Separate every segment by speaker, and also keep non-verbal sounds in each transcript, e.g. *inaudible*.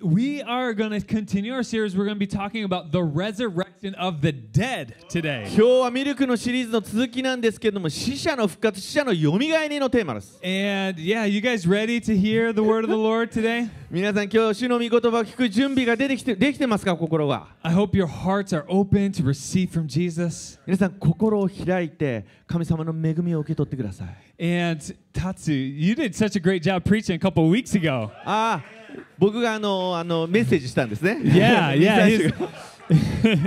Speaker 1: we are going to continue our series. We're going to be talking about the resurrection of the dead today.
Speaker 2: 今日はミルクのシリーズの続きなんですけれども死者の復活死者のよみがえりのテーマです
Speaker 1: And yeah, you guys ready to hear the word of the Lord today?
Speaker 2: 皆さん今日主の御言葉を聞く準備が出てきてできてますか心は
Speaker 1: I hope your hearts are open to receive from Jesus.
Speaker 2: 皆さん心を開いて神様の恵みを受け取ってください
Speaker 1: And Tatsu, you did such a great job preaching a couple weeks ago. *laughs*
Speaker 2: ああ僕があのあのメッセージしたんですね
Speaker 1: Yeah,
Speaker 2: 二
Speaker 1: yeah.
Speaker 2: 三週
Speaker 1: he's-
Speaker 2: *laughs*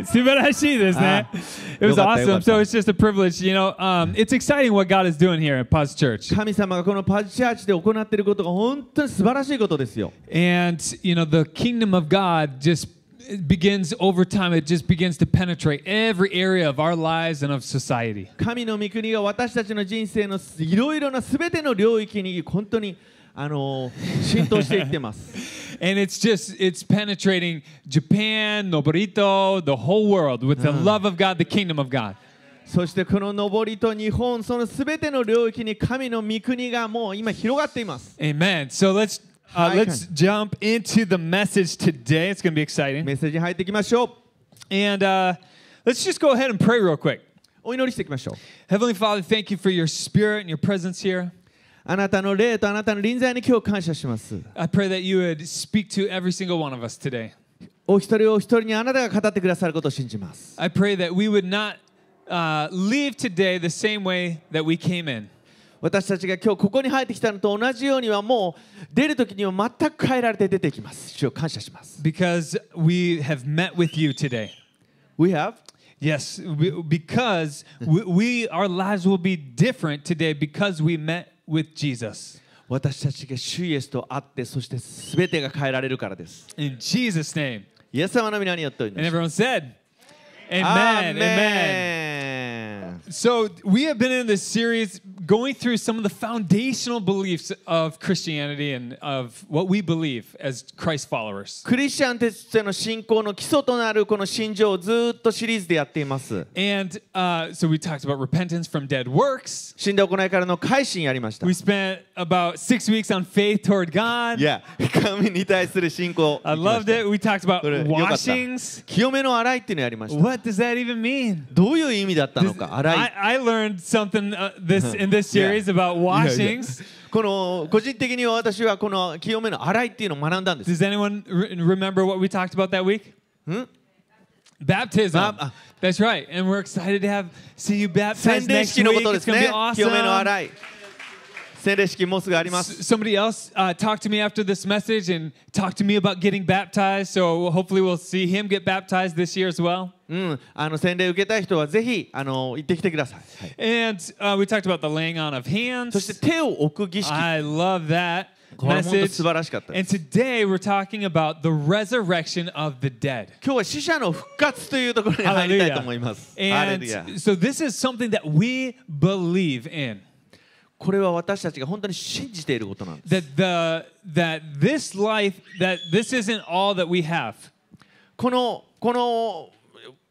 Speaker 2: 間
Speaker 1: 素晴らしいですね。It was
Speaker 2: よかっ
Speaker 1: awesome.
Speaker 2: た、よかった。
Speaker 1: So it's just a privilege. You know, um, it's exciting what God is doing here at Paz Church.
Speaker 2: 神様がこのパジチャーチで行っていることが本当に素晴らしいことですよ
Speaker 1: And, you know, the kingdom of God just begins over time, it just begins to penetrate every area of our lives and of society.
Speaker 2: 神の御国が私たちの人生のいろいろなすべての領域に本当にあの浸透していってます
Speaker 1: And it's just, it's penetrating Japan, Noborito, the whole world with the love of God, the kingdom of God.
Speaker 2: そしてこの上りと日本そのすべての領域に神の御国がもう今広がっています
Speaker 1: Amen. So let's, uh,
Speaker 2: Hi,
Speaker 1: let's
Speaker 2: Ken.
Speaker 1: jump into the message today. It's going to be exciting.
Speaker 2: メッセージに入っていきましょう
Speaker 1: And uh, let's just go ahead and pray real quick.
Speaker 2: お祈りしていきましょう
Speaker 1: Heavenly Father, thank you for your spirit and your presence here.
Speaker 2: あなたの霊とあなたの臨在に今日感謝します
Speaker 1: I pray that you would speak to every single one of us today.
Speaker 2: お一人お一人にあなたが語ってくださることを信じます
Speaker 1: I pray that we would not uh, leave today the same way that we came in.
Speaker 2: 私たちが今日ここに入ってきたのと同じようにはもう出る時には全く変えられて出てきます主を感謝します
Speaker 1: Because we have met with you today.
Speaker 2: We have
Speaker 1: Yes, we, because we, we, our lives will be different today because we met with Jesus.
Speaker 2: 私たちが主イエスと会ってそして全てが変えられるからです
Speaker 1: In Jesus' name.
Speaker 2: イエス様の皆によっておりま
Speaker 1: And
Speaker 2: す
Speaker 1: everyone said, amen. amen.
Speaker 2: アーメン
Speaker 1: So we have been in this series going through some of the foundational beliefs of Christianity and of what we believe as Christ followers.
Speaker 2: クリスチャンとしての信仰の基礎となるこの信条をずーっとシリーズでやっています
Speaker 1: And uh, so we talked about repentance from dead works.
Speaker 2: 死んだ行いからの改心やりました
Speaker 1: We spent about six weeks on faith toward God.
Speaker 2: いや *laughs* 神に対する信仰
Speaker 1: I loved it. We talked about
Speaker 2: これ良かった
Speaker 1: washings.
Speaker 2: 清めの洗いっていうのやりました
Speaker 1: What does that even mean?
Speaker 2: どういう意味だったの
Speaker 1: Does-
Speaker 2: か洗い
Speaker 1: I, I learned something uh, this in this
Speaker 2: Uh-huh. Yeah.
Speaker 1: series about
Speaker 2: いやいや
Speaker 1: washings.
Speaker 2: この個人的に私はこの清めの洗いっていうのを学んだんです
Speaker 1: Does anyone re- remember what we talked about that week? Baptism.
Speaker 2: Hmm? Bap- ah.
Speaker 1: That's right. And we're excited to have see you baptized
Speaker 2: 洗礼
Speaker 1: next
Speaker 2: 式
Speaker 1: week.
Speaker 2: のことで
Speaker 1: It's
Speaker 2: す
Speaker 1: going to
Speaker 2: ね
Speaker 1: be
Speaker 2: 清めの
Speaker 1: awesome.
Speaker 2: 洗い洗礼式もうすぐあります
Speaker 1: S- somebody else uh, talked to me after this message and talked to me about getting baptized. So hopefully we'll see him get baptized this year as well.
Speaker 2: うん、あの洗礼受けたい人はぜひあの行ってきてください、
Speaker 1: And uh, we talked about the laying on of
Speaker 2: そして
Speaker 1: hands.
Speaker 2: 手を置く儀式
Speaker 1: I love that
Speaker 2: これは本当
Speaker 1: message.
Speaker 2: 素晴らしかったで
Speaker 1: And
Speaker 2: す
Speaker 1: today we're talking about the resurrection of the dead.
Speaker 2: 今日は死者の復活というところに入りたいと思いますハレルヤ
Speaker 1: And so this is something that we believe in.
Speaker 2: これは私たちが本当に信じていることなんです
Speaker 1: That the that this life that this isn't all that we have.
Speaker 2: このこの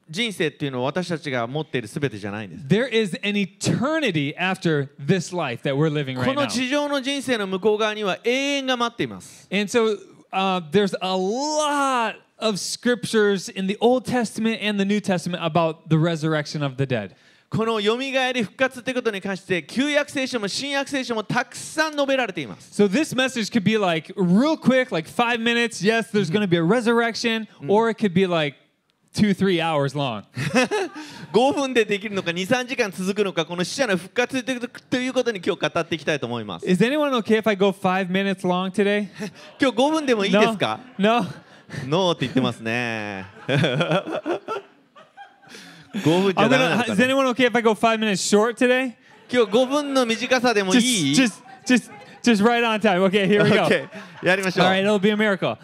Speaker 2: 人生っていうのは私たちが持っている全てじゃないんです
Speaker 1: There is an eternity after this life that we're living
Speaker 2: こ
Speaker 1: right
Speaker 2: の
Speaker 1: now.
Speaker 2: 地上の人生の向こう側には永遠が待っています
Speaker 1: And so uh, there's a lot of scriptures in the Old Testament and the New Testament about the resurrection of the dead.
Speaker 2: このよみがえり復活ということに関して旧約聖書も新約聖書もたくさん述べられています
Speaker 1: So this message could be like real quick, like five minutes. Yes, there's going to be a resurrection, or it could be like two, three hours long.
Speaker 2: 5分でできるのか23時間続くのかこの死者の復活というということに今日語っていきたいと思います
Speaker 1: Is anyone okay if I go five minutes long today?
Speaker 2: 今日5分でもいいですか
Speaker 1: No.
Speaker 2: ノーって言ってますね5分じゃ
Speaker 1: I'm
Speaker 2: ダメなの
Speaker 1: gonna,
Speaker 2: か
Speaker 1: is
Speaker 2: な
Speaker 1: anyone okay if I go five minutes short today?
Speaker 2: 今日5分の短さでも
Speaker 1: Just,
Speaker 2: いい
Speaker 1: just, just, just right on time. Okay, here we go.
Speaker 2: OK やりましょ
Speaker 1: All right,
Speaker 2: う
Speaker 1: it'll be a miracle.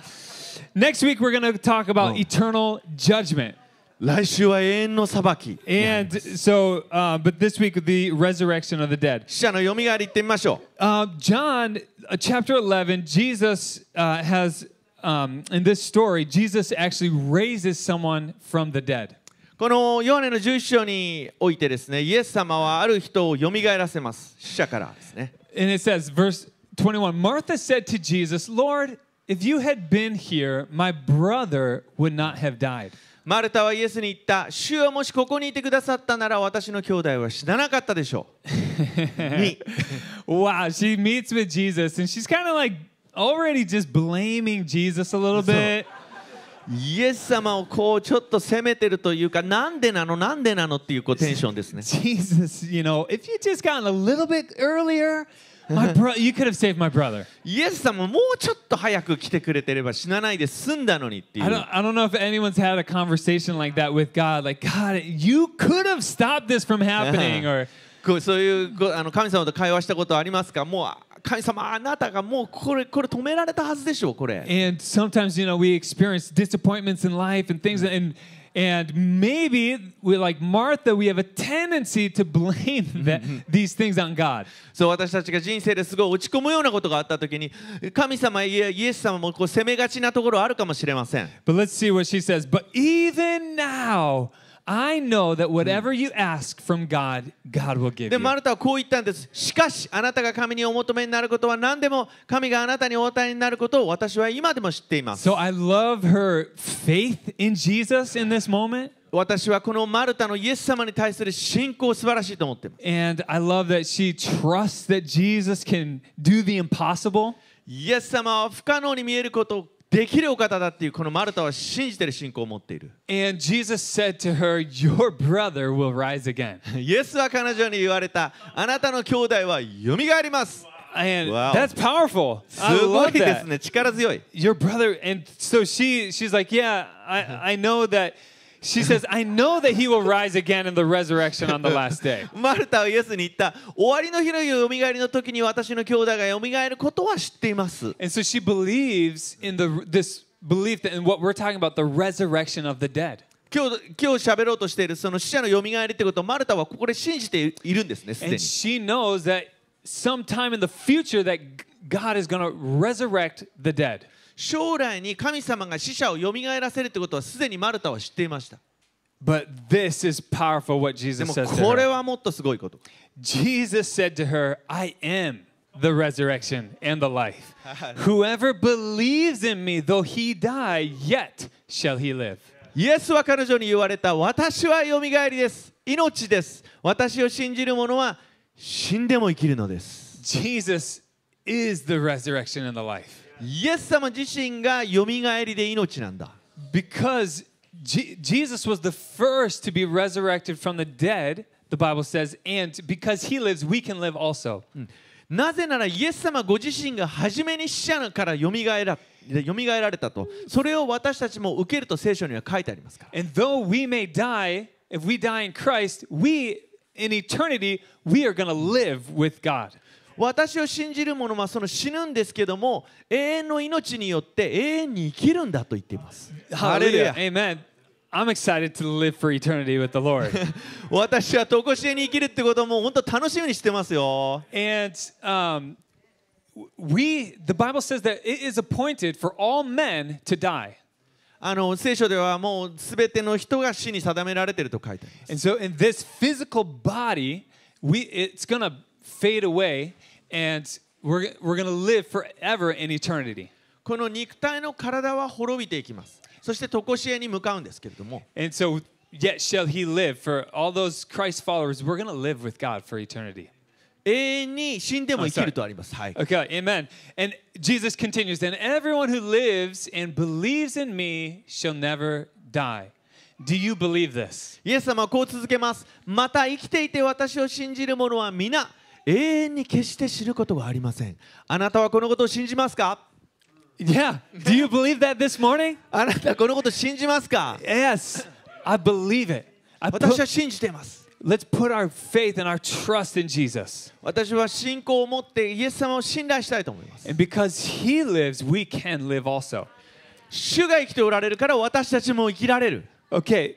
Speaker 1: Next week we're gonna talk about eternal judgment,
Speaker 2: 来週は永遠の裁き
Speaker 1: and so, uh, but this week the resurrection of the dead.
Speaker 2: 死者のよみがえり行ってみましょう
Speaker 1: Uh, John uh, chapter 11, Jesus uh, has, um, in this story, Jesus actually raises someone from the dead.
Speaker 2: このヨハネの11章においてですねイエス様はある人をよみがえらせます死者からですね
Speaker 1: And it says, verse 21 Martha said to Jesus, Lord, If you had been here, my brother would not have died.
Speaker 2: マルタはイエスに言った主はもしここにいてくださったなら私の兄弟は死ななかったでしょう *laughs* に
Speaker 1: Wow, she meets with Jesus and she's kind of like already just blaming Jesus a little
Speaker 2: So-
Speaker 1: bit.
Speaker 2: イエス様をこうちょっと責めてるというかなんでなのなんでなのっていうこうテンショ
Speaker 1: *laughs*
Speaker 2: ンですね
Speaker 1: Jesus, you know, if you just gotten a little bit earlier, my bro, you could have saved my brother.
Speaker 2: イエス様もうちょっと早く来てくれてれば死なないで済んだのにってい
Speaker 1: I don't,
Speaker 2: う
Speaker 1: I don't know if anyone's had a conversation like that with God. Like, God, you could have stopped this from happening, or
Speaker 2: こうそういうこうあの神様と会話したことありますかもうあ神様あなたがもうこれこれ止められたはずでしょうこれ
Speaker 1: and sometimes you know we experience disappointments in life and things, and and maybe we like Martha, we have a tendency to blame *laughs* that, these things on God.
Speaker 2: そう私たちが人生ですごい落ち込むようなことがあった時に神様やイエス様もこう責めがちなところあるかもしれません
Speaker 1: But let's see what she says. But even now, I know that whatever you ask from God, God will give
Speaker 2: で
Speaker 1: you.
Speaker 2: マルタはこう言ったんですしかしあなたが神にお求めになることは何でも神があなたにお与えになることを私は今でも知っています
Speaker 1: So I love her faith in Jesus in this moment.
Speaker 2: 私はこのマルタのイエス様に対する信仰を素晴らしいと思っています
Speaker 1: And I love that she trusts that Jesus can do the impossible.
Speaker 2: イエス様は不可能に見えることをできるお方だっていうこのマルタは信じてる信仰を持っている
Speaker 1: And Jesus said to her, Your brother will rise again.
Speaker 2: イエスは彼女に言われたあなたの兄弟はよみがえります
Speaker 1: And
Speaker 2: Wow.
Speaker 1: that's powerful.
Speaker 2: す
Speaker 1: I
Speaker 2: ご
Speaker 1: love
Speaker 2: いです
Speaker 1: that.
Speaker 2: ね力強い
Speaker 1: Your brother. And so she, she's like, Yeah, I, I know that. She says, I know that he will rise again in the resurrection on the last day.
Speaker 2: マルタはイエスに言った終わりの日のよみがえりの時に私の兄弟がよみがえることは知っています
Speaker 1: And so she believes in the this belief that in what we're talking about, the resurrection of the dead.
Speaker 2: 今日今日喋ろうとしているその死者のよみがえりってことをマルタはここで信じているんですねすで
Speaker 1: And
Speaker 2: に
Speaker 1: she knows that sometime in the future that g- God is going to resurrect the dead.
Speaker 2: 将来に神様が死者をよみがえらせるってことはすでにマルタは知っていました
Speaker 1: But this is powerful what
Speaker 2: で
Speaker 1: Jesus
Speaker 2: も
Speaker 1: says to
Speaker 2: これ
Speaker 1: her.
Speaker 2: はもっとすごいこと
Speaker 1: Jesus said to her, I am the resurrection and the life. Whoever believes in me, though he die, yet shall he live.
Speaker 2: イエスは彼女に言われた私はよみがえりです命です私を信じる者は死んでも生きるのです
Speaker 1: Jesus is the resurrection and the life.
Speaker 2: イエス様自身がよみがえりで命なんだ
Speaker 1: Because Je- Jesus was the first to be resurrected from the dead, the Bible says, and because he lives, we can live also.
Speaker 2: なぜならイエス様ご自身が初めに死者からよみがえらよみがえられたとそれを私たちも受けると聖書には書いてありますから
Speaker 1: And though we may die, if we die in Christ, we in eternity, we are going to live with God.
Speaker 2: 私を信じる者はその死ぬんですけども永遠の命によって永遠に生きるんだと言っていますハレルヤ
Speaker 1: Amen. I'm excited to live for eternity with the Lord.
Speaker 2: 私はとこしえに生きるってことをもう本当楽しみにしてますよ
Speaker 1: and um, w- we, the Bible says that it is appointed for all men to die.
Speaker 2: あの聖書ではもう全ての人が死に定められてると書いてあります
Speaker 1: And so in this physical body, we it's going to fade away and we're we're going to live forever in eternity.
Speaker 2: この肉体の体は滅びていきますそしてとこしえに向かうんですけれども
Speaker 1: And so yet shall he live for all those Christ followers, we're going to live with God for eternity.
Speaker 2: 永遠に死んでも生きるとあります、はい、
Speaker 1: Okay, amen. And Jesus continues, and everyone who lives and believes in me shall never die. Do you believe this?
Speaker 2: イエス様はこう続けますまた生きていて私を信じる者は皆永遠に決して死ぬことはありませんあなたはこのことを信じますか
Speaker 1: Yeah. Do you believe that this morning?
Speaker 2: あなたこのこと信じますか
Speaker 1: Yes. I believe it. I
Speaker 2: 私は信じています
Speaker 1: Let's put our faith and our trust in Jesus.
Speaker 2: 私は信仰を持ってイエス様を信頼したいと思います
Speaker 1: And because he lives, we can live also.
Speaker 2: 主が生きておられるから私たちも生きられる
Speaker 1: Okay.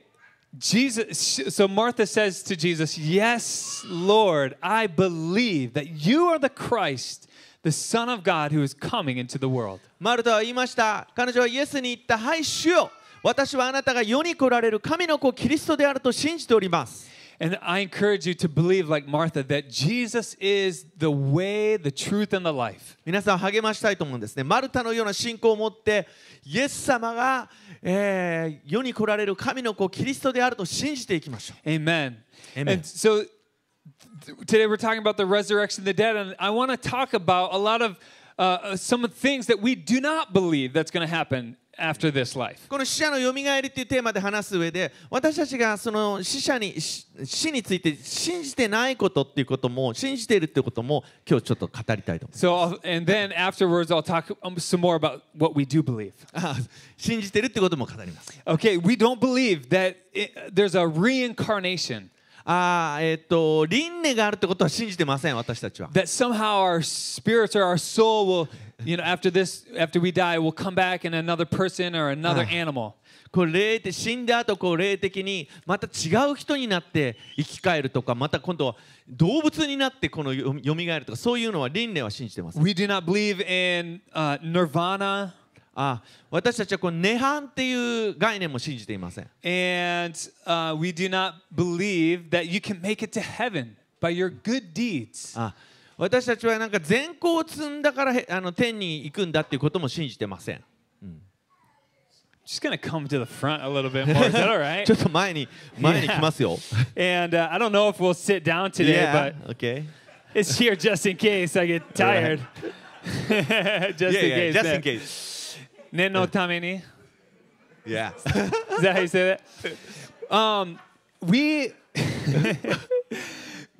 Speaker 1: Jesus so Martha says to Jesus, "Yes, Lord, I believe that you are the Christ, the Son of God who is coming into the world."
Speaker 2: マルタは言いました彼女はイエスに言ったはい主よ私はあなたが世に来られる神の子キリストであると信じております
Speaker 1: And I encourage you to believe, like Martha, that Jesus is the way, the truth, and the life.
Speaker 2: 皆さん励ましたいと思うんですね。マルタのような信仰を持って、イエス様が、えー世に来られる神の子、キリストであると信じていきましょう。
Speaker 1: Amen.
Speaker 2: Amen.
Speaker 1: And so th- today we're talking about the resurrection of the dead, and I want to talk about a lot of uh, uh, some of the things that we do not believe that's going to happen after this life.
Speaker 2: この死者のよみがえりというテーマで話す上で私たちがその死者にし死について信じてないことっていうことも信じているっていうことも今日ちょっと語りたいと思います
Speaker 1: So, I'll, and then afterwards, I'll talk um, some more about what we do believe.
Speaker 2: あ信じてるってことも語ります
Speaker 1: Okay, we don't believe that it, there's a reincarnation,
Speaker 2: あーえっと輪廻があるってことは信じてません私たちは
Speaker 1: that somehow our spirits or our soul will, you know, after this, after we die, will come back in another person or another
Speaker 2: Ah.
Speaker 1: animal.
Speaker 2: こう霊的死んだ後こう霊的にまた違う人になって生き返るとかまた今度は動物になってこのよよみがえるとかそういうのは輪廻は信じてます
Speaker 1: We do not believe in uh, nirvana
Speaker 2: あー私たちはこの涅槃っていう概念も信じていません
Speaker 1: and uh, we do not believe that you can make it to heaven by your good deeds.
Speaker 2: あ私たちはなんか善行を積んだからへあの天に行くんだっていうことも信じてません
Speaker 1: Just gonna come to the front a little *laughs* bit more. Is that all right?
Speaker 2: ちょっと前に前に来ます *laughs* よ
Speaker 1: and uh, I don't know if we'll sit down today, but
Speaker 2: Yeah, okay.
Speaker 1: it's here just in case I get tired. *laughs* just
Speaker 2: Yeah, yeah,
Speaker 1: in case.
Speaker 2: just
Speaker 1: man.
Speaker 2: in case.
Speaker 1: Nen no tameni.
Speaker 2: Yeah.
Speaker 1: Is that how you say that? Um, we *laughs*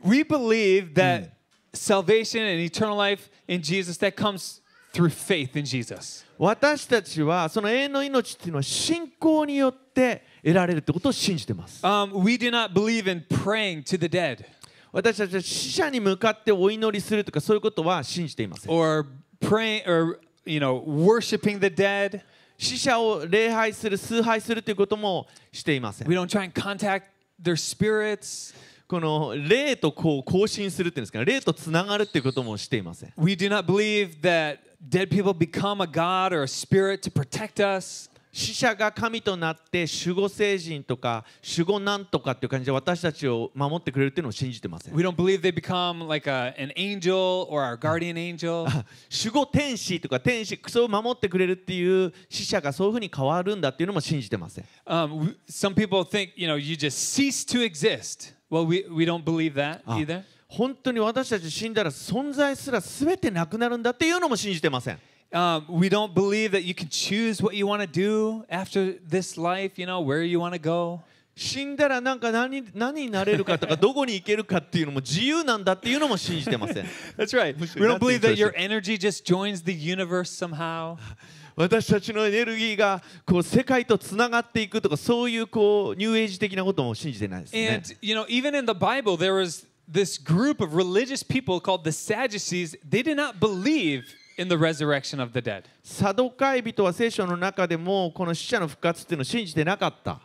Speaker 1: we believe that salvation and eternal life in Jesus that comes through faith in Jesus.
Speaker 2: *laughs* 私たちはその永遠の命っていうのは信仰によって得られるってことを信じてます。
Speaker 1: Um, we do not believe in praying to the dead
Speaker 2: 私たちは死者に向かってお祈りするとかそういうことは信じていません。
Speaker 1: or praying or you know worshiping the dead.
Speaker 2: 死者を礼拝する、崇拝するということもしていません
Speaker 1: We。don't try and contact their spirits.
Speaker 2: この霊とこう交信するっていうんですかね、霊とつながるっていうこともしていません。
Speaker 1: We do not believe that dead people become a god or a spirit to protect us.
Speaker 2: 死者が神となって守護聖人とか守護なんとかっていう感じで私たちを守ってくれるっていうのを信じてません
Speaker 1: We don't believe they become like a, an angel or our guardian angel.
Speaker 2: 守護天使とか天使それを守ってくれるっていう死者がそういうふうに変わるんだっていうのも信じてません
Speaker 1: Um, w- some people think you know you just cease to exist. Well, we, we don't believe that
Speaker 2: あ
Speaker 1: either.
Speaker 2: 本当に私たち死んだら存在すら全てなくなるんだっていうのも信じてません
Speaker 1: Um, we don't believe that you can choose what you want to do after this life. You know where you want to go.
Speaker 2: 死んだらなんか何何になれるかと *laughs* かどこに行けるかっていうのも自由なんだっていうのも信じてません
Speaker 1: That's right. We
Speaker 2: Nothing
Speaker 1: don't believe that
Speaker 2: touches.
Speaker 1: your energy just joins the universe somehow.
Speaker 2: *laughs* 私たちのエネルギーがこう世界とつながっていくとかそういうこうニューエイジ的なことも信じてないですね
Speaker 1: And you know, even in the Bible, there was this group of religious people called the Sadducees. They did not believe in the resurrection of the dead.
Speaker 2: サドカイ人は聖書の中でもこの死者の復活っていうのを信じてなかった。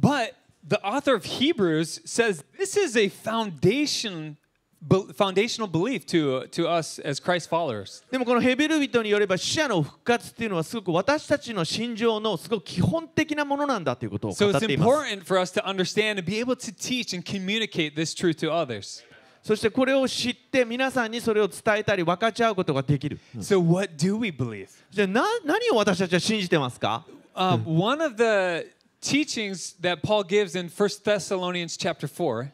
Speaker 1: But the author of Hebrews says this is a foundation, be- foundational belief to, to us as Christ followers.
Speaker 2: でもこのヘベル人によれば死者の復活っていうのはすごく私たちの心情のすごく基本的なものなんだということを
Speaker 1: So
Speaker 2: 語っ
Speaker 1: it's
Speaker 2: ています。
Speaker 1: important for us to understand and be able to teach and communicate this truth to others.
Speaker 2: そしてこれを知って皆さんにそれを伝えたり分かち合うことができる。
Speaker 1: So, what do we believe?
Speaker 2: じゃあな何を私たちは信じてますか
Speaker 1: Um, one of the teachings that Paul gives in 1 Thessalonians chapter 4,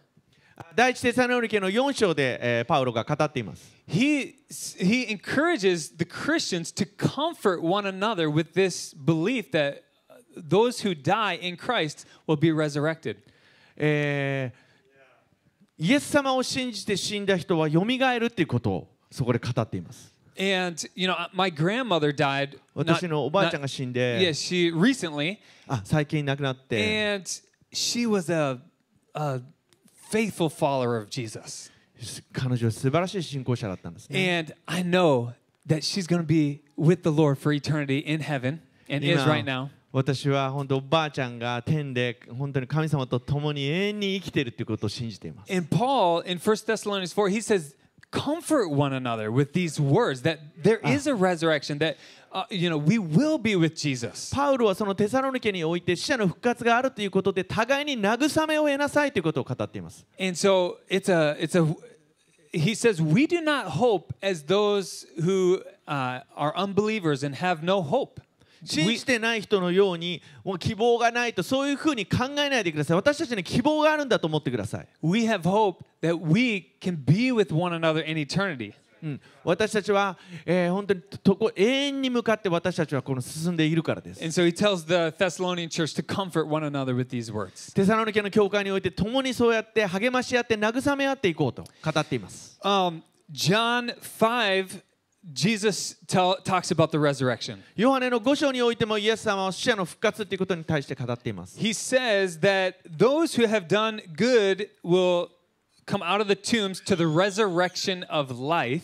Speaker 2: 第一テサロニケの4章で、えーパウロが語っています。
Speaker 1: he, he encourages the Christians to comfort one another with this belief that those who die in Christ will be resurrected.
Speaker 2: えーイエス様を信じて死んだ人はよみがえるっていうことをそこで語っています。
Speaker 1: And you know, my grandmother died.
Speaker 2: 私のおばあちゃんが死んで。
Speaker 1: yeah, she recently,
Speaker 2: あ最近亡くなって、
Speaker 1: and she was a, a faithful follower of Jesus.
Speaker 2: す彼女は素晴らしい信仰者だったんですね。
Speaker 1: And I know that she's going to be with the Lord for eternity in heaven, and is right now.
Speaker 2: 私は本当おばあちゃんが天で本当に神様と共に永遠に生きているということを信じています。
Speaker 1: And Paul in 1 Thessalonians 4, he says, comfort one another with these words that there is a resurrection, that, uh, you know, we will be with Jesus.
Speaker 2: パウロはそのテサロニケにおいて死者の復活があるということで互いに慰めを得なさいということを語っています
Speaker 1: And so it's a it's a he says we do not hope as those who uh, are unbelievers and have no hope.
Speaker 2: 信
Speaker 1: We,
Speaker 2: じてない人のようにもう希望がないとそういうふうに考えないでください私たちに希望があるんだと思ってください、
Speaker 1: we have hope that we can be with one another in eternity.
Speaker 2: うん、私たちは、えー本当にとこ永遠に向かって私たちはこの進んでいるからです
Speaker 1: And so he tells the Thessalonian church to comfort one another with these words.
Speaker 2: テサロニケの教会において共にそうやって励まし合って慰め合っていこうと語っています
Speaker 1: Um, John 5 Jesus tell, talks about the resurrection.
Speaker 2: ヨハネの5章においてもイエス様は死者の復活ということに対して語っています
Speaker 1: He says that those who have done good will come out of the tombs to the resurrection of life.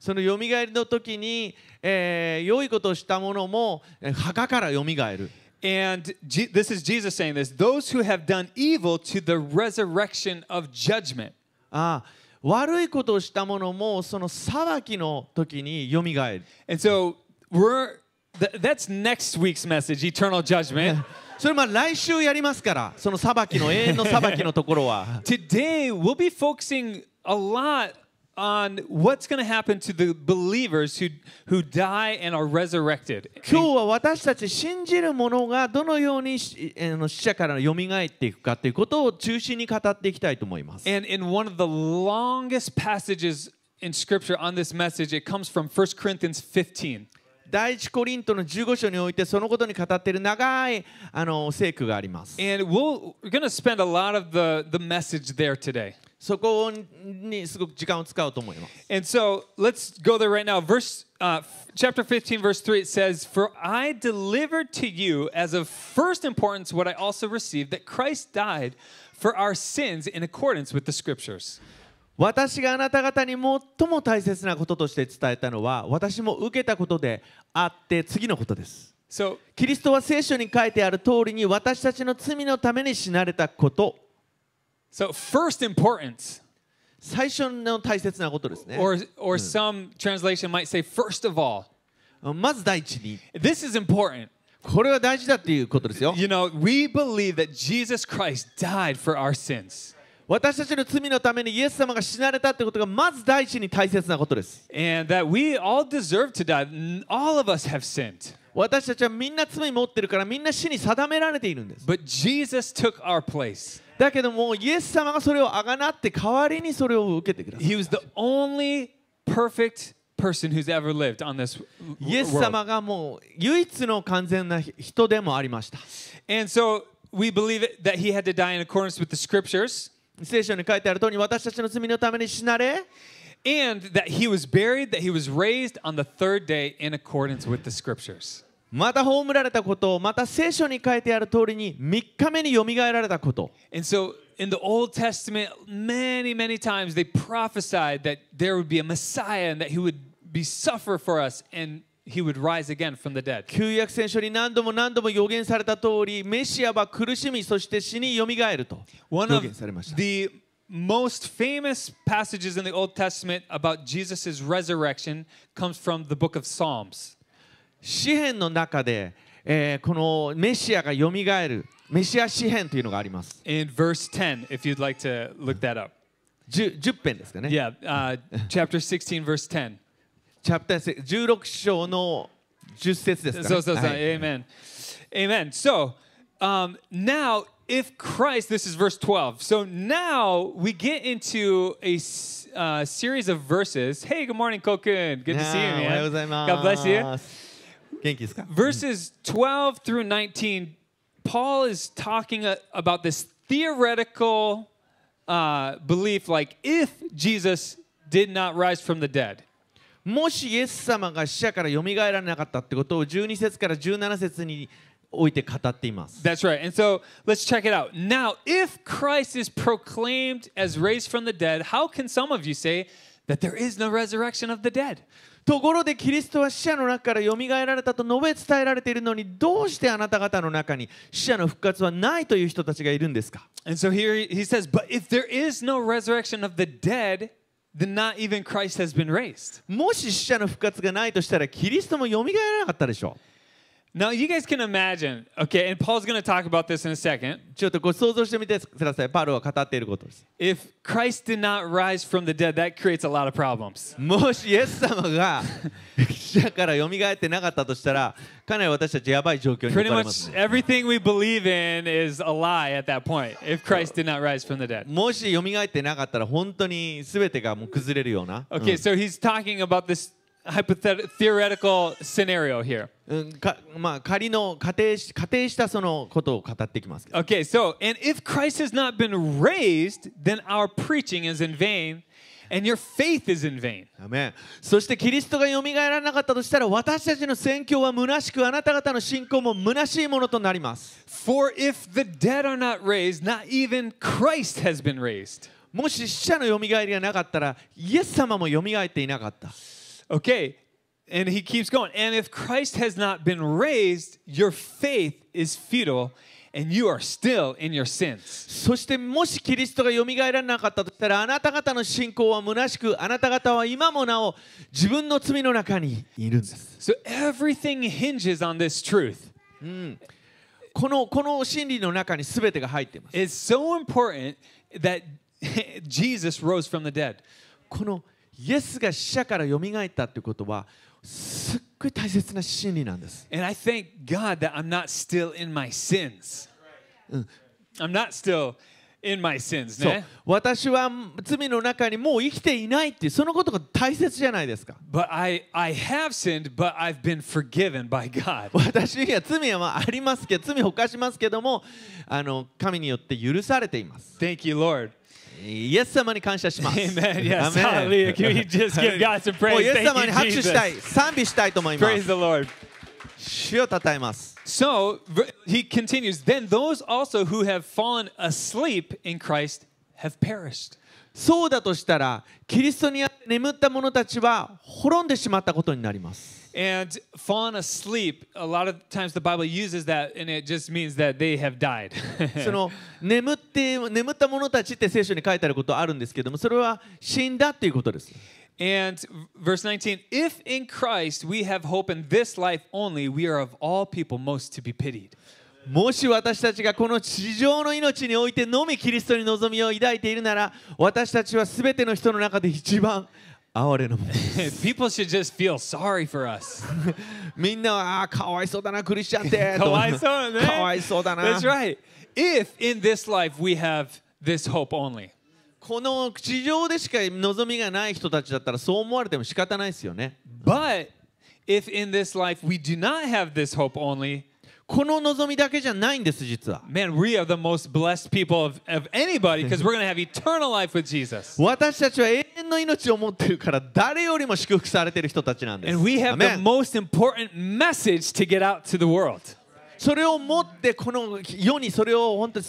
Speaker 2: そのよみがえりの時に、えー良いことをしたものもえー墓からよみがえる
Speaker 1: And Je- this is Jesus saying this those who have done evil to the resurrection of judgment.
Speaker 2: ああ悪いことをしたものもその裁きの時によみがえる
Speaker 1: And so we're, th- that's next week's message, eternal judgment.
Speaker 2: それまあ来週やりますからその裁きの永遠の裁きのとこ
Speaker 1: *laughs*
Speaker 2: ろは
Speaker 1: Today, we'll be focusing a lot on what's going to happen to the believers who, who die and are resurrected.
Speaker 2: 今日は私たち信じる者がどのようにしえーあの死者からよみがえっていくかということを中心に語っていきたいと思います
Speaker 1: And in one of the longest passages in Scripture on this message, it comes from 1 Corinthians 15.
Speaker 2: 第一コリントの15章においてそのことに語っている長いあの聖句があります
Speaker 1: And we'll, we're going to spend a lot of the, the message there today.
Speaker 2: そこにすごく時間を使うと思います
Speaker 1: And so let's go there right now. Verse uh, f- chapter 15, verse 3, it says, For I delivered to you as of first importance what I also received, that Christ died for our sins in accordance with the scriptures.
Speaker 2: 私があなた方に最も大切なこととして伝えたのは私も受けたことであって次のことです
Speaker 1: So
Speaker 2: キリストは聖書に書いてある通りに私たちの罪のために死なれたこと
Speaker 1: so first importance,
Speaker 2: 最初の大切なことですね
Speaker 1: or or some translation might say first of all.
Speaker 2: まず第一に
Speaker 1: This is important.
Speaker 2: これは大事だっていうことですよ
Speaker 1: You know, we believe that Jesus Christ died for our sins.
Speaker 2: 私たちの罪のためにイエス様が死なれたってことがまず第一に大切なことです
Speaker 1: And that we all deserve to die. N- All of us have sinned.
Speaker 2: 私たちはみんな罪持ってるからみんな死に定められているんです
Speaker 1: But Jesus took our place.
Speaker 2: だけどもイエス様がそれをあがなって代わりにそれを受けてください
Speaker 1: He was the only perfect person who's ever lived on this w-
Speaker 2: イエス
Speaker 1: world.
Speaker 2: 様がもう唯一の完全な人でもありました
Speaker 1: And so we believe it, that he had to die in accordance with the scriptures
Speaker 2: 聖書に書いてある通り私たちの罪のために死なれ
Speaker 1: and that he was buried, that he was raised on the third day in accordance with the scriptures.
Speaker 2: また葬られたことまた聖書に書いてある通りに3日目によみがえられたこと
Speaker 1: And so in the Old Testament, many, many times they prophesied that there would be a Messiah and that he would be suffer for us and he would rise again from the dead.
Speaker 2: 旧約聖書に何度も何度も予言された通りメシアは苦しみそして死によみがえると
Speaker 1: One
Speaker 2: 予言されまし
Speaker 1: of
Speaker 2: た
Speaker 1: the most famous passages in the Old Testament about Jesus' resurrection comes from the book of Psalms.
Speaker 2: 詩篇の中で、えーこのメシアがよみがえるメシア詩篇というのがあります
Speaker 1: In verse 10, if you'd like to look that up.
Speaker 2: 10, 10編ですかね
Speaker 1: Yeah, uh, chapter 16, verse 10.
Speaker 2: チャプター16章の10節ですか、ね
Speaker 1: So, so, so,
Speaker 2: はい
Speaker 1: amen. Amen. So, um, now, if Christ, this is verse 12. So now we get into a s- uh, series of verses. Hey, good morning, Kokun. Good to see you,
Speaker 2: あーおはよう
Speaker 1: man.
Speaker 2: ございます。
Speaker 1: God bless you.
Speaker 2: 元気ですか
Speaker 1: verses 12 through 19 paul is talking uh, about this theoretical uh, belief like if jesus did not rise from the dead
Speaker 2: もしイエス様が死者から蘇られなかったってことを12節から17節において語っています。
Speaker 1: that's right and so let's check it out now if christ is proclaimed as raised from the dead how can some of you say that there is no resurrection of the dead
Speaker 2: ところでキリストは死者の中から蘇られたと述べ伝えられているのにどうしてあなた方の中に死者の復活はないという人たちがいるんですか
Speaker 1: and so here he he says but if there is no resurrection of the dead then not even Christ has been raised.
Speaker 2: もし死者の復活がないとしたらキリストも蘇らなかったでしょ
Speaker 1: Now, you guys can imagine, okay, and Paul's going to talk about this in a second.
Speaker 2: ちょっとこう想像してみてくださいパウロが語っていることです
Speaker 1: If Christ did not rise from the dead, that creates a lot of problems.
Speaker 2: もしイエス様
Speaker 1: *laughs*
Speaker 2: が死者から蘇ってなかったとしたらかなり私たちやばい状況に置
Speaker 1: Pretty
Speaker 2: かれま
Speaker 1: much
Speaker 2: す
Speaker 1: everything we believe in is a lie at that point if Christ did not rise from the dead.
Speaker 2: もし蘇ってなかったら本当に全てがもう崩れるような、
Speaker 1: Okay, so he's talking about this hypothetical theoretical scenario here.
Speaker 2: うんかまあ、仮の仮定し仮定したそのことを語ってきますけど
Speaker 1: Okay, so and if Christ has not been raised, then our preaching is in vain and your faith is in vain.
Speaker 2: アーメンそしてキリストが蘇らなかったとしたら私たちの宣教は虚しくあなた方の信仰も虚しいものとなります
Speaker 1: For if the dead are not raised, not even Christ has been raised.
Speaker 2: もし死者の蘇りがなかったらイエス様も蘇っていなかった
Speaker 1: Okay, and he keeps going. And if Christ has not been raised, your faith is futile and you are still in your sins.
Speaker 2: そしてもしキリストが蘇らなかったとしたらあなた方の信仰は虚しくあなた方は今もなお自分の罪の中にいるんです
Speaker 1: So everything hinges on this truth.
Speaker 2: このこの真理の中に全てが入っています
Speaker 1: It's so important that *laughs* Jesus rose from the dead.
Speaker 2: このイエスが死者から蘇ったということはすっごい大切な真理なんです
Speaker 1: And I thank God that I'm not still in my sins. I'm not still in my sins,
Speaker 2: そう
Speaker 1: ne?
Speaker 2: 私は罪の中にもう生きていないっていうそのことが大切じゃないですか
Speaker 1: But I, I have sinned, but I've been forgiven by God.
Speaker 2: 私には罪はまあありますけど罪を犯しますけどもあの神によって許されています
Speaker 1: Thank you, Lord.
Speaker 2: イエス様に感謝します。
Speaker 1: Amen. Yes.
Speaker 2: アメ
Speaker 1: Hallelujah.
Speaker 2: ン
Speaker 1: Can we just
Speaker 2: *laughs*
Speaker 1: give God some
Speaker 2: も
Speaker 1: praise?
Speaker 2: うイエス
Speaker 1: Thank
Speaker 2: 様に
Speaker 1: you,
Speaker 2: 拍手したい、
Speaker 1: Jesus.
Speaker 2: 賛美したいと思いま
Speaker 1: Praise
Speaker 2: す。
Speaker 1: the Lord.
Speaker 2: 主をたえます。
Speaker 1: So ver- he continues. Then those also who have fallen asleep in Christ have perished.
Speaker 2: そうだとしたら、キリストにあって眠った者たちは滅んでしまったことになります。
Speaker 1: And fallen asleep, a lot of times the Bible uses that, and it just means that they have died.
Speaker 2: その眠って眠った者たちって聖書に書いてあることあるんですけども、それは死んだっていうことです。
Speaker 1: *laughs* and verse 19 If in Christ we have hope in this life only, we are of all people most to be pitied. *laughs*
Speaker 2: もし私たちがこの地上の命においてのみキリストに望みを抱いているなら、私たちは全ての人の中で一番哀れなものです。
Speaker 1: people should just feel sorry for us.
Speaker 2: みんなはあーかわいそうだなクリスチャンっ
Speaker 1: *laughs*
Speaker 2: て
Speaker 1: かわいそうね。
Speaker 2: かわいそうだな
Speaker 1: That's right. If in this life we have this hope only.
Speaker 2: この地上でしか望みがない人たちだったらそう思われても仕方ないですよね
Speaker 1: But if in this life we do not have this hope only,
Speaker 2: この望みだけじゃないんです実は
Speaker 1: man, we are the most blessed people of, of anybody because we're going to have eternal life with Jesus.
Speaker 2: 私たちは永遠の命を持ってるから誰よりも祝福されてる人たちなんです
Speaker 1: And we have the
Speaker 2: Amen
Speaker 1: most important message to get out to the world.
Speaker 2: それを持ってこの世にそれを本当に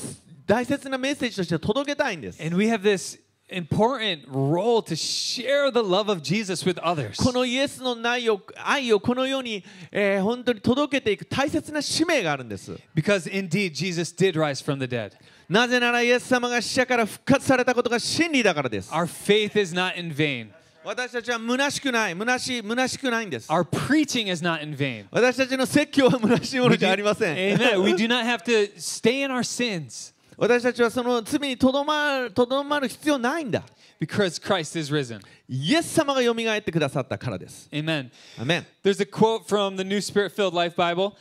Speaker 2: 大切なメッセージとして届けたいんです
Speaker 1: And we have this important role to share the love of Jesus with others.
Speaker 2: このイエスの愛を愛をこの世に、えー本当に届けていく大切な使命があるんです
Speaker 1: Because indeed, Jesus did rise from the dead.
Speaker 2: なぜならイエス様が死者から復活されたことが真理だからです
Speaker 1: Our faith is not in vain.
Speaker 2: 私たちは虚しくない虚しい虚しくないんです
Speaker 1: Our preaching is not in vain.
Speaker 2: 私たちの説教は虚しいもの
Speaker 1: We
Speaker 2: じ
Speaker 1: do,
Speaker 2: *laughs* ゃありま
Speaker 1: *laughs*
Speaker 2: せん
Speaker 1: amen. We do not have to stay in our sins
Speaker 2: 私たちはその罪にとどまるとどまる必要ないんだ
Speaker 1: because Christ is risen.
Speaker 2: イエス様がよみがえってくださったからです
Speaker 1: Amen.
Speaker 2: アメン
Speaker 1: There's a quote from the New Spirit Filled Life Bible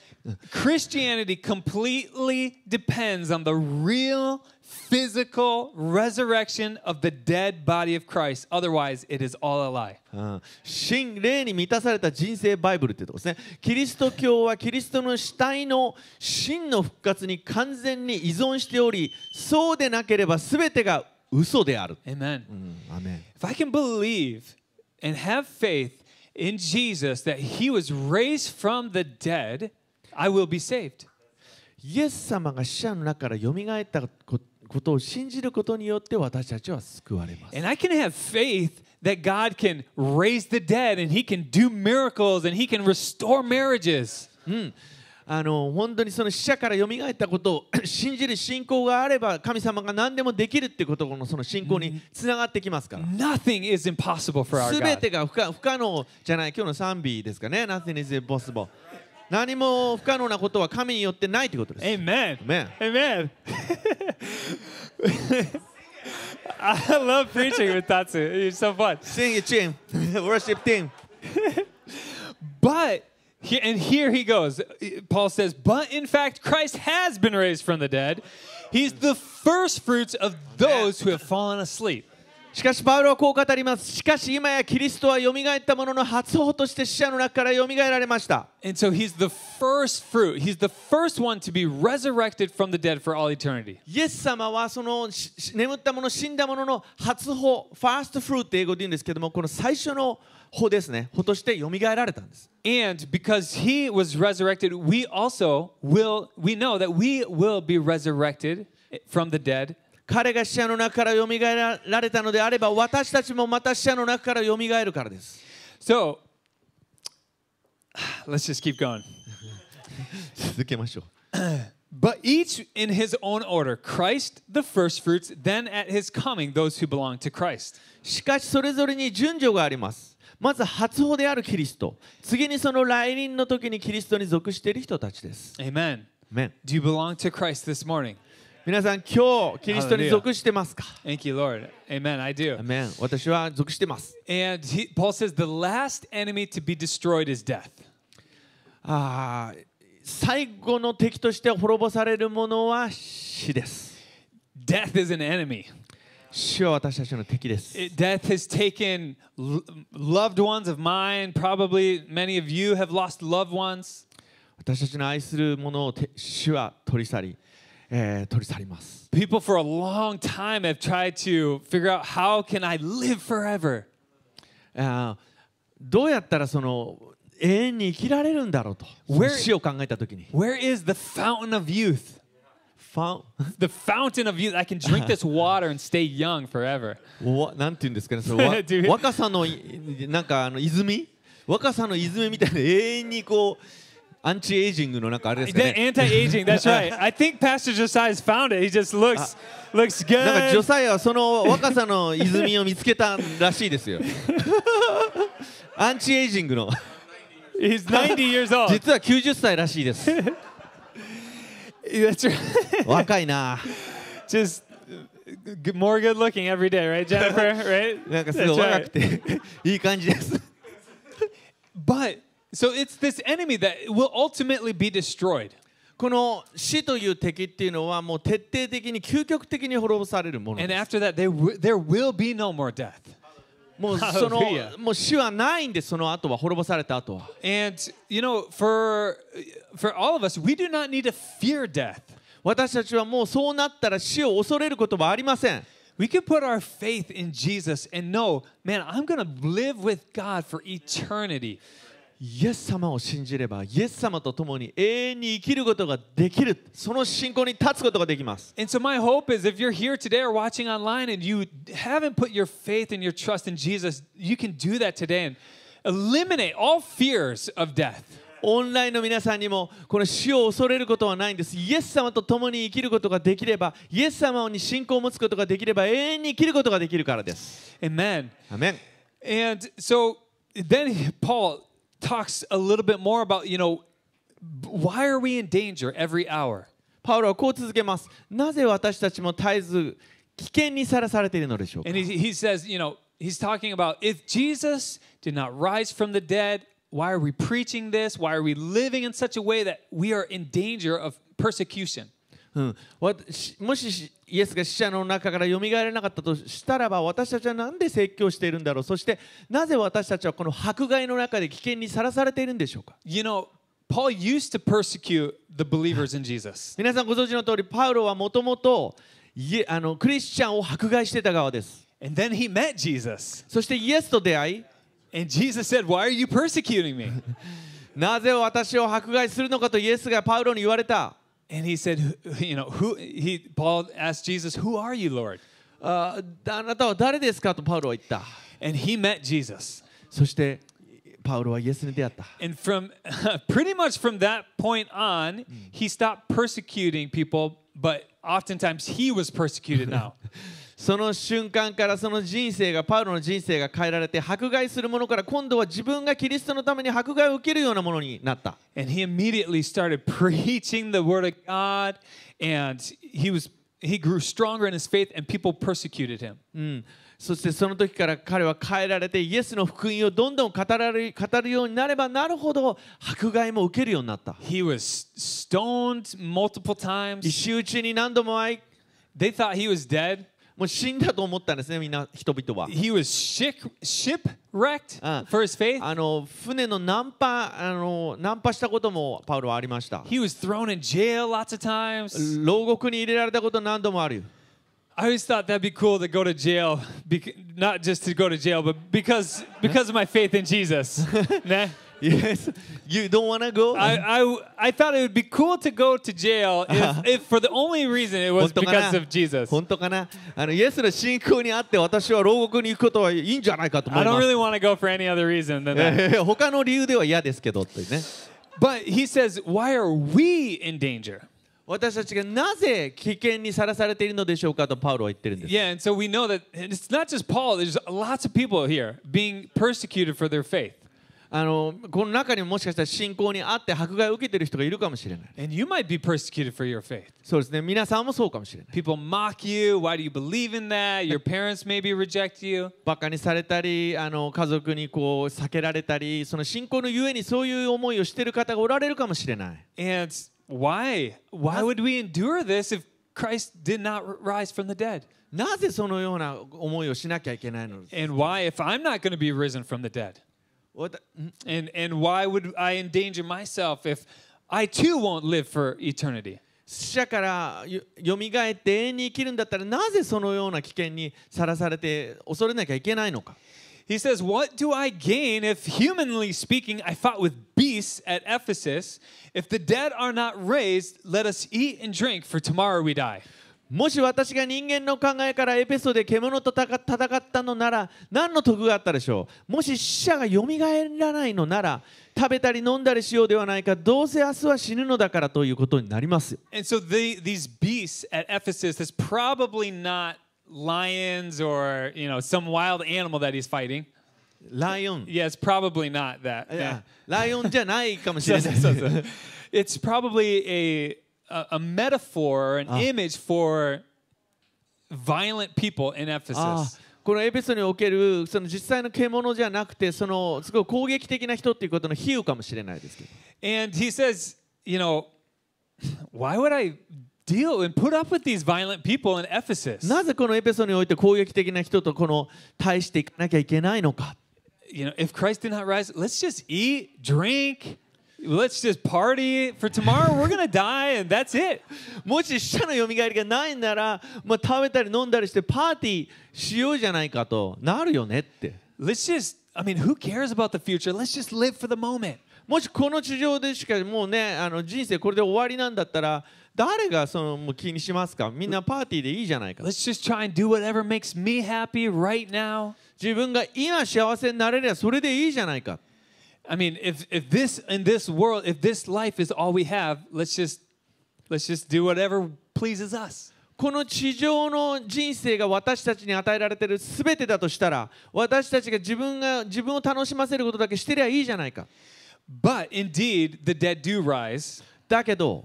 Speaker 1: Christianity completely depends on the real physical resurrection of the dead body of Christ. Otherwise, it is all a lie.
Speaker 2: うん真霊に満たされた人生バイブルっていうとこですねキリスト教はキリストの死体の真の復活に完全に依存しておりそうでなければ全てが嘘である、
Speaker 1: Amen.
Speaker 2: うんアメン
Speaker 1: If I can believe and have faith in Jesus that he was raised from the dead, I will be saved.
Speaker 2: イエス様が死者の中からよみがえったこことを信じることによって私たちは救われます。
Speaker 1: And I can have faith that God can raise the dead and He can do miracles and He can restore marriages.
Speaker 2: あの本当にその死者から蘇ったことを *clears throat* 信じる信仰があれば神様が何でもできるっていうことのその信仰につながってきますから
Speaker 1: Nothing is impossible for our
Speaker 2: すべ
Speaker 1: God.
Speaker 2: てが不可不可能じゃない今日の賛美ですかね Nothing is impossible 何も不可能なことは神によってないってことです
Speaker 1: Amen.
Speaker 2: Amen.
Speaker 1: Amen. *laughs* I love preaching with Tatsu. It's so fun.
Speaker 2: Sing it team *laughs* worship team
Speaker 1: But he, and here he goes. Paul says, "But in fact, Christ has been raised from the dead. He's the first fruits of those who have fallen asleep."
Speaker 2: しかしパウロはこう語りますしかし今やキリストは蘇ったものの初歩として死者の中から蘇られました
Speaker 1: And so he's the first fruit. He's the first one to be resurrected from the dead for all eternity.
Speaker 2: イエス様はそのしし眠ったもの死んだものの初歩ファーストフルーって英語で言うんですけどもこの最初の歩ですね歩として蘇られたんです
Speaker 1: And because he was resurrected, we also will we know that we will be resurrected from the dead
Speaker 2: 彼が死者の中から蘇られたのであれば私たちもまた死者の中から蘇るからです
Speaker 1: So *sighs* let's just keep going.
Speaker 2: 続けましょう
Speaker 1: But each in his own order Christ the first fruits, then at his coming, those who belong to Christ.
Speaker 2: しかしそれぞれに順序がありますまず初歩であるキリスト次にその来臨の時にキリストに属している人たちです
Speaker 1: Amen.
Speaker 2: メン
Speaker 1: Do you belong to Christ this morning?
Speaker 2: 皆さん今日キリストに属してますか
Speaker 1: Thank you, Lord. Amen. I do.
Speaker 2: メン私は属してます
Speaker 1: And he, Paul says the last enemy to be destroyed is death.
Speaker 2: あー最後の敵として滅ぼされるものは死です
Speaker 1: Death is an enemy.
Speaker 2: 死は私たちの敵です
Speaker 1: It- death has taken l- loved ones of mine. Probably many of you have lost loved ones.
Speaker 2: 私たちの愛するものをて死は取り去り、えー取り去ります
Speaker 1: People for a long time have tried to figure out how can I live forever?
Speaker 2: あーどうやったらその永遠に生きられるんだろうと
Speaker 1: Where-
Speaker 2: 死を考えた時に
Speaker 1: Where is the fountain of youth?
Speaker 2: ファン
Speaker 1: The fountain of youth. I can drink this water and stay young forever.
Speaker 2: わなんて言うんですかねそ
Speaker 1: *laughs*
Speaker 2: のわ
Speaker 1: Do you-
Speaker 2: 若さのいなんかあの泉若さの泉みたいな永遠にこうアンチエイジングのなんかあれですか
Speaker 1: The
Speaker 2: ね
Speaker 1: anti-aging. That's right. I think Pastor Josiah's found it. He just looks looks
Speaker 2: なんかジョ
Speaker 1: good.
Speaker 2: サイはその若さの泉を見つけたらしいで
Speaker 1: *laughs*
Speaker 2: すよアンチエイジングの
Speaker 1: He's 90 years old.
Speaker 2: 実は90歳らしいです
Speaker 1: *laughs* That's right.
Speaker 2: 若いな
Speaker 1: just uh, g- more good looking every day, right, Jennifer? right?
Speaker 2: なんかす
Speaker 1: That's
Speaker 2: ごい
Speaker 1: right.
Speaker 2: 若くていい感じです
Speaker 1: But so it's this enemy that will ultimately be destroyed.
Speaker 2: この死という敵っていうのはもう徹底的に究極的に滅ぼされるもの
Speaker 1: And
Speaker 2: です
Speaker 1: after that, they w- there will be no more death.
Speaker 2: もうその
Speaker 1: Hallelujah.
Speaker 2: もう死はないんですその後は滅ぼされた後は
Speaker 1: And you know, for for all of us, we do not need to fear death.
Speaker 2: 私たちはもうそうなったら死を恐れることはありません
Speaker 1: We can put our faith in Jesus and know, man, I'm going to live with God for eternity.
Speaker 2: イエス様を信じればイエス様と共に永遠に生きることができるその信仰に立つことができます
Speaker 1: And so, my hope is if you're here today or watching online and you haven't put your faith and your trust in Jesus, you can do that today and eliminate all fears of death.
Speaker 2: オンラインの皆さんにもこの死を恐れることはないんですイエス様と共に生きることができればイエス様に信仰を持つことができれば永遠に生きることができるからです
Speaker 1: Amen.
Speaker 2: アメン
Speaker 1: And so, then Paul talks a little bit more about, you know, why are we in danger every hour?
Speaker 2: パウロはこう続けますなぜ私たちも絶えず危険にさらされているのでしょうか
Speaker 1: And he, he says, you know, he's talking about if Jesus did not rise from the dead, why are we preaching this? Why are we living in such a way that we are in danger of persecution?
Speaker 2: うん、わたしもししイエスが死者の中から蘇られなかったとしたらば私たちは何で説教しているんだろうそしてなぜ私たちはこの迫害の中で危険にさらされているんでしょうか
Speaker 1: You know, Paul used to persecute the believers in Jesus.
Speaker 2: 皆さんご存知の通りパウロはもともとイエあのクリスチャンを迫害してた側です
Speaker 1: And then he met Jesus.
Speaker 2: そしてイエスと出会い
Speaker 1: And Jesus said, Why are you persecuting me?
Speaker 2: なぜ私を迫害するのかとイエスがパウロに言われた
Speaker 1: And he said, "Who- You know, who he Paul asked Jesus, Who are you, Lord?
Speaker 2: ああなたは誰ですかとパウロは言った
Speaker 1: And he met Jesus.
Speaker 2: そしてパウロはイエスに出会った
Speaker 1: And from *laughs* pretty much from that point on, he stopped persecuting people, but oftentimes he was persecuted now.
Speaker 2: その瞬間からその人生がパウロの人生が変えられて迫害するものから今度は自分がキリストのために迫害を受けるようなものになった
Speaker 1: and he immediately started *laughs* preaching the word of God and he was he grew stronger in his faith and people persecuted him.
Speaker 2: そしてその時から彼は変えられてイエスの福音をどんどん語られ語るようになればなるほど迫害も受けるようになった
Speaker 1: He was stoned multiple
Speaker 2: 石
Speaker 1: times.
Speaker 2: 打ちに何度も会い
Speaker 1: They thought he was dead.
Speaker 2: もう死んだと思ったんですねみんな人々は
Speaker 1: He was ship, shipwrecked
Speaker 2: あ
Speaker 1: for his faith.
Speaker 2: あの船のナンパあのナンパしたこともパウロはありました
Speaker 1: He was thrown in jail lots of times.
Speaker 2: 牢獄に入れられたこと何度もあるよ
Speaker 1: I always thought that'd be cool to go to jail, bec- not just to go to jail, but because because of my faith in Jesus. nah.
Speaker 2: Yes you don't wanna go
Speaker 1: I, I, I thought it would be cool to go to jail if, if for the only reason it
Speaker 2: 本
Speaker 1: was
Speaker 2: 当かな
Speaker 1: because of Jesus.
Speaker 2: 本当かなあのイエスの信仰にあって私は牢獄に行くことはいいんじゃないかと思
Speaker 1: I
Speaker 2: い
Speaker 1: don't
Speaker 2: ます
Speaker 1: really want to go for any other reason than
Speaker 2: *laughs* え
Speaker 1: that.
Speaker 2: ー他の理由では嫌ですけどってね
Speaker 1: But he says, Why are we in danger?
Speaker 2: 私たちがなぜ危険にさらされているのでしょうかとパウロは言ってるんです。
Speaker 1: Yeah, and so we know that it's not just Paul, there's lots of people here being persecuted for their faith.
Speaker 2: あのこの中にももしかしたら信仰にあって迫害を受けてる人がいるかもしれない。
Speaker 1: And you might be persecuted for your faith.
Speaker 2: そうですね、皆さんもそうかもしれない。
Speaker 1: People mock you. Why do you believe in that? Your parents maybe reject you.
Speaker 2: バカにされたり、あの家族にこう避けられたり、その信仰のゆえにそういう思いをしている方がおられるかもしれない。
Speaker 1: And why? Why would we endure this if Christ did not r- rise from the dead?
Speaker 2: なぜそのような思いをしなきゃいけないの
Speaker 1: And why, if I'm not going to be risen from the dead?
Speaker 2: わたん
Speaker 1: And, and why would I endanger myself if I too won't live for eternity?
Speaker 2: 死者からよよみがえって永遠に生きるんだったらなぜそのような危険にさらされて恐れなきゃいけないのか
Speaker 1: He says, What do I gain if, humanly speaking, I fought with beasts at Ephesus? If the dead are not raised, let us eat and drink, for tomorrow we die.
Speaker 2: もし私が人間の考えからエペソで獣と戦戦ったのなら何の得があったでしょうもし死者がよみがえらないのなら食べたり飲んだりしようではないかどうせ明日は死ぬのだからということになりますよ
Speaker 1: And so they, these beasts at Ephesus, that's probably not lions or you know some wild animal that he's fighting.
Speaker 2: ライオンい
Speaker 1: Yeah, it's probably not that.
Speaker 2: *laughs* やライオンじゃないかもしれ
Speaker 1: Yeah.
Speaker 2: ない
Speaker 1: it's probably a, a a metaphor or an image for violent people in
Speaker 2: あ
Speaker 1: Ephesus.
Speaker 2: このエペソにおけるその実際の獣じゃなくてそのすごい攻撃的な人っていうことの比喩かもしれないですけど
Speaker 1: And he says, you know, why would I deal and put up with these violent people in Ephesus?
Speaker 2: なぜこのエペソにおいて攻撃的な人とこの対していかなきゃいけないのか
Speaker 1: you know, if Christ did not rise, let's just eat, drink, let's just party for tomorrow. We're gonna die, and that's it.
Speaker 2: もし死者のよみがえりがないなら、まあ、食べたり飲んだりしてパーティーしようじゃないかとなるよねって
Speaker 1: Let's just. I mean, who cares about the future? Let's just live for the moment.
Speaker 2: もしこの地上でしかもうねあの人生これで終わりなんだったら誰がそのもう気にしますかみんなパーティーでいいじゃないか
Speaker 1: Let's just try and do whatever makes me happy right now.
Speaker 2: 自分が今幸せになれればそれでいいじゃないか
Speaker 1: I mean, if if this in this world, if this life is all we have, let's just let's just do whatever pleases us.
Speaker 2: この地上の人生が私たちに与えられている全てだとしたら私たちが自分が自分を楽しませることだけしてりゃいいじゃないか
Speaker 1: But indeed, the dead do rise,
Speaker 2: だけど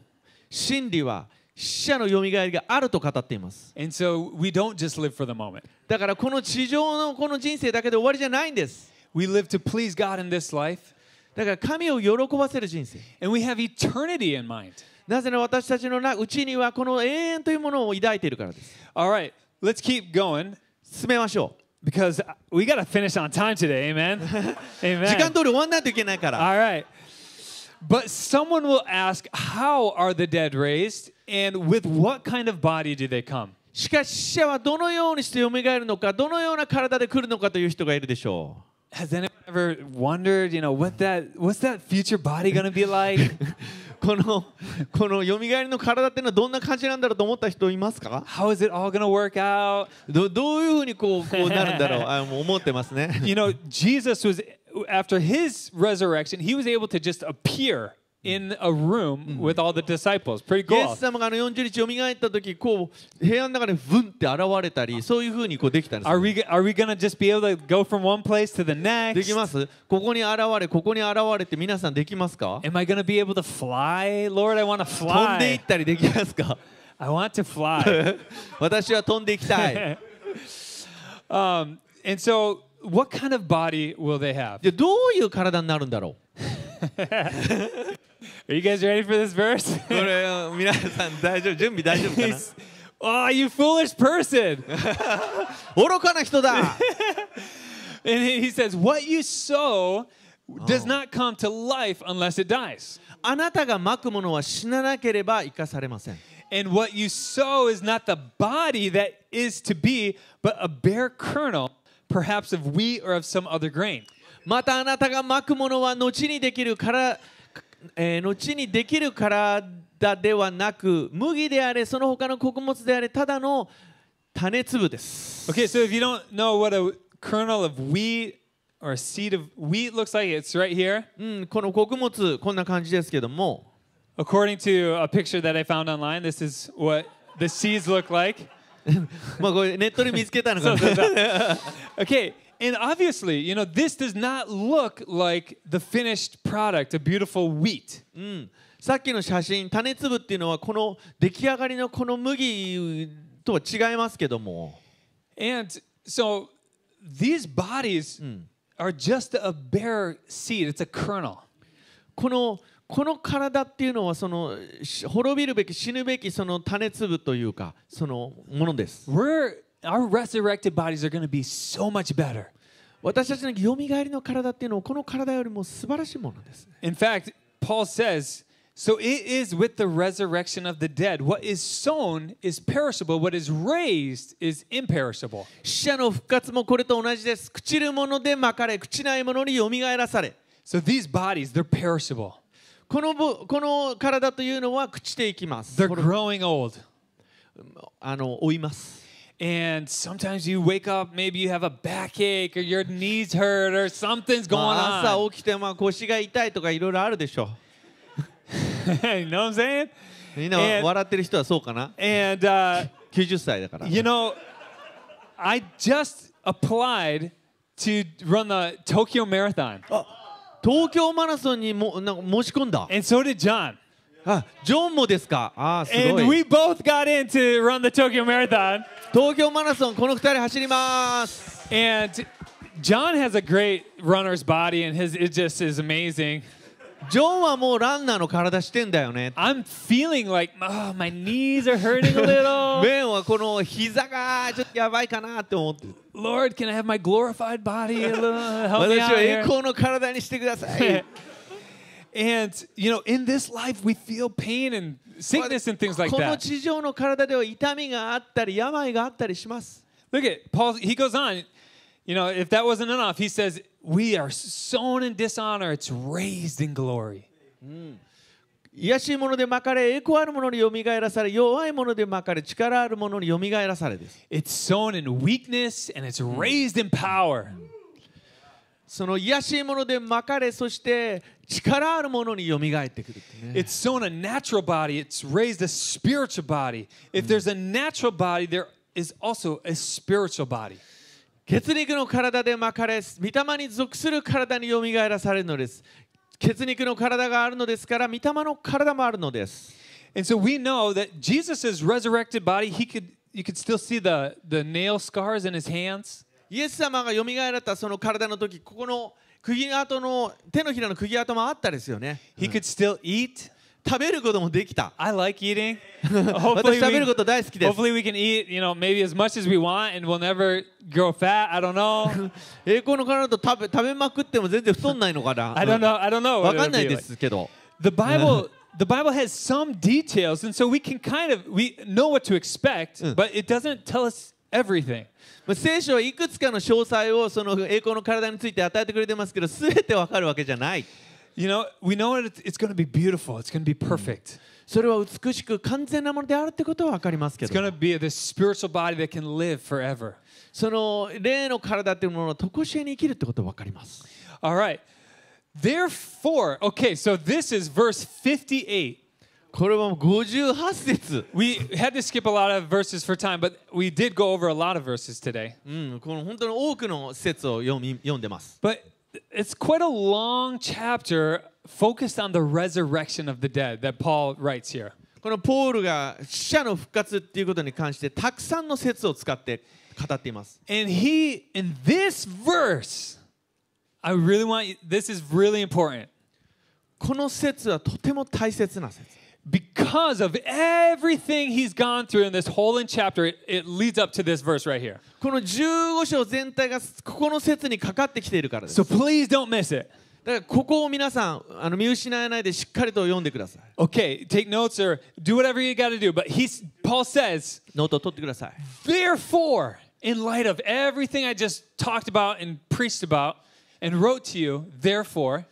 Speaker 2: 真理は死者のよみがえりがあると語っています
Speaker 1: and so we don't just live for the moment.
Speaker 2: だからこの地上のこの人生だけで終わりじゃないんです
Speaker 1: We live to please God in this life.
Speaker 2: だから神を喜ばせる人生
Speaker 1: And we have eternity in mind.
Speaker 2: なぜなら私たちのなうちにはこの永遠というものを抱いているからです
Speaker 1: All right, let's keep going
Speaker 2: 進めましょ
Speaker 1: because we got to finish on time today. *laughs* Amen.
Speaker 2: う時間
Speaker 1: Amen.
Speaker 2: 通り終わんないといけないから
Speaker 1: All right. But someone will ask, How are the dead raised? And with what kind of body do they come?
Speaker 2: しかし死者はどのようにして蘇るのかどのような体で来るのかという人がいるでしょう
Speaker 1: Has anyone ever wondered, you know, what that what's that future body gonna be *laughs* like?
Speaker 2: このこのよみがえりの体っていうのはどんな感じなんだろうと思った人いますか
Speaker 1: How is it all gonna work out?
Speaker 2: *laughs* どどういうふうにこうこうなるんだろう *laughs* あもう思ってますね
Speaker 1: You know, Jesus was after his resurrection, he was able to just appear in a room with all the disciples. Pretty
Speaker 2: イエ
Speaker 1: cool.
Speaker 2: ス様があの40日よみがえった時こう部屋の中にブンって現れたりそういうふうにこうできたんです
Speaker 1: Are we are we gonna just be able to go from one place to the
Speaker 2: でき
Speaker 1: next?
Speaker 2: ますここに現れここに現れて皆さんできますか
Speaker 1: Am I gonna be able to fly, Lord? I want to
Speaker 2: 飛んでい
Speaker 1: fly.
Speaker 2: ったりできます *laughs* か
Speaker 1: I want to fly.
Speaker 2: 私は飛んでいきたい *laughs*
Speaker 1: um, and so, what kind of body will they have?
Speaker 2: じゃあどういう体になるんだろ
Speaker 1: Are you guys ready for this verse? *laughs*
Speaker 2: うこれ皆さん大丈夫準備大丈夫かな
Speaker 1: He's- oh, you foolish person!
Speaker 2: *laughs* 愚かな人だ *laughs*
Speaker 1: And he he says, What you sow does not come to life unless it dies.
Speaker 2: あなたがまくものは死ななければ生かされません
Speaker 1: And what you sow is not the body that is to be, but a bare kernel, perhaps of wheat or of some other grain.
Speaker 2: またあなたがまくものは後にできるから、えー後にできる体ではなく麦であれその他の穀物であれただの種粒です、
Speaker 1: Okay, so if you don't know what a kernel of wheat or a seed of wheat looks like, it's right here,
Speaker 2: うん、この穀物こんな感じですけども
Speaker 1: according to a picture that I found online. This is what the seeds look like.
Speaker 2: まあこれネットで見つけたのかな
Speaker 1: Okay, and obviously, you know, this does not look like the finished product, a beautiful wheat.
Speaker 2: さっきの写真種粒っていうのはこの出来上がりのこの麦とは違いますけども
Speaker 1: And so these bodies are just a bare seed, it's a kernel.
Speaker 2: このこの体っていうのはそのし滅びるべき死ぬべきその種粒というかそのものです
Speaker 1: We're our resurrected bodies are going to be so much better.
Speaker 2: 私たちのよみがえりの体っていうのはこの体よりも素晴らしいものです、ね、
Speaker 1: In fact, Paul says, so it is with the resurrection of the dead. What is sown is perishable, what is raised is imperishable.
Speaker 2: 死者の復活もこれと同じです朽ちるものでまかれ朽ちないものによみがえらされ
Speaker 1: So these bodies, they're perishable.
Speaker 2: このぼこの体というのは朽ちていきます
Speaker 1: They're
Speaker 2: これ
Speaker 1: growing old.
Speaker 2: あの追います
Speaker 1: And sometimes you wake up, maybe you have a backache or your knees hurt or something's going
Speaker 2: ま
Speaker 1: on.
Speaker 2: あ朝起きてまあ腰が痛いとかいろいろあるでしょ
Speaker 1: *laughs* you know what I'm saying?
Speaker 2: みんな
Speaker 1: えー
Speaker 2: 笑ってる人はそうかな
Speaker 1: And uh,
Speaker 2: 90歳だから
Speaker 1: you know, I just applied to run the Tokyo Marathon,
Speaker 2: 東京マラソンにもなんか申し込んだ
Speaker 1: and so did John.
Speaker 2: あジョンもですかあーすご
Speaker 1: And
Speaker 2: い
Speaker 1: we both got in to run the Tokyo Marathon,
Speaker 2: 東京マラソンこの2人走ります、
Speaker 1: and John has a great runner's body, and his it just is amazing.
Speaker 2: ジョンはもうランナーの体してんだよね
Speaker 1: I'm feeling like oh, my knees are hurting a
Speaker 2: *laughs*
Speaker 1: little.
Speaker 2: メンはこの膝がちょっとやばいかなって思って
Speaker 1: Lord, can I have my glorified body? A little, help me out
Speaker 2: 私は
Speaker 1: here.
Speaker 2: 栄光の体にしてくださ
Speaker 1: *laughs*
Speaker 2: い
Speaker 1: and you know, in this life, we feel pain and sickness and things like
Speaker 2: この
Speaker 1: that.
Speaker 2: 地上の体では痛みがあったり病があったりします
Speaker 1: Look at Paul. He goes on. You know, if that wasn't enough, he says, "We are sown in dishonor; it's raised in glory."
Speaker 2: 癒やしいものでまかれ栄光あるものによみがえらされ弱いものでまかれ力あるものによみがえらされです
Speaker 1: It's sown in weakness and it's raised in power.
Speaker 2: その癒やしいものでまかれそして力あるものによみがえってくるってね
Speaker 1: It's sown a natural body; it's raised a spiritual body. If there's a natural body, there is also a spiritual body.
Speaker 2: 血肉の体でまかれ御霊に属する体によみがえらされるのです血肉の体があるのですから御霊の体もあるのです
Speaker 1: And so we know that Jesus' resurrected body, he could you could still see the, the nail scars in his hands.
Speaker 2: イエス様がよみがえらったその体の時ここの釘跡の手のひらの釘跡もあったですよね
Speaker 1: He could still eat.
Speaker 2: 食べることもできた
Speaker 1: I like *laughs* eating.
Speaker 2: 私
Speaker 1: hopefully,
Speaker 2: 食べること大好き
Speaker 1: we,
Speaker 2: です
Speaker 1: hopefully we can eat, you know, maybe as much as we want and we'll never grow fat. I don't *laughs* know.
Speaker 2: 栄光の体だと食べ食べまくっても全然太んないのか
Speaker 1: I don't
Speaker 2: な
Speaker 1: know. I don't know.
Speaker 2: わ
Speaker 1: what
Speaker 2: か
Speaker 1: it'll
Speaker 2: んない
Speaker 1: be
Speaker 2: で
Speaker 1: like.
Speaker 2: すけど
Speaker 1: The Bible the Bible has some details and so we can kind of we know what to expect, but it doesn't tell us everything.
Speaker 2: まあ聖書はいくつかの詳細をその栄光の体について与えてくれてますけど全てわかるわけじゃない
Speaker 1: You know, we know it, it's going to be beautiful. It's going to be perfect.
Speaker 2: それは美しく完全なものであるってことは分かりますけ
Speaker 1: It's going
Speaker 2: ど
Speaker 1: to be this spiritual body that can live forever.
Speaker 2: その霊の体っていうもののとこしえに生きるってことは分かります
Speaker 1: All right. Therefore, okay, so this is verse 58.
Speaker 2: これはもう58節、
Speaker 1: We had to skip a lot of verses for time, but we did go over a lot of verses today.
Speaker 2: うん、この本当に多くの節を読み読んでます。
Speaker 1: But it's quite a long chapter focused on the resurrection of the dead that Paul writes here.
Speaker 2: このポールが死者の復活っていうことに関してたくさんの説を使って語っています。
Speaker 1: And he, in this verse, I really want you, this is really important.
Speaker 2: この説はとても大切な説。
Speaker 1: Because of everything he's gone through in this whole in chapter, it, it leads up to this verse right here.
Speaker 2: この15章全体がここの説にかかってきているからです。
Speaker 1: So
Speaker 2: だ
Speaker 1: please don't miss it.
Speaker 2: からここを皆さんあの見失わないでしっかりと読んでください。
Speaker 1: Okay, take notes or do whatever you got to do. But he's, Paul says,
Speaker 2: ノートを取ってください。
Speaker 1: Therefore, in light of everything I just talked about and preached about and wrote to you, therefore,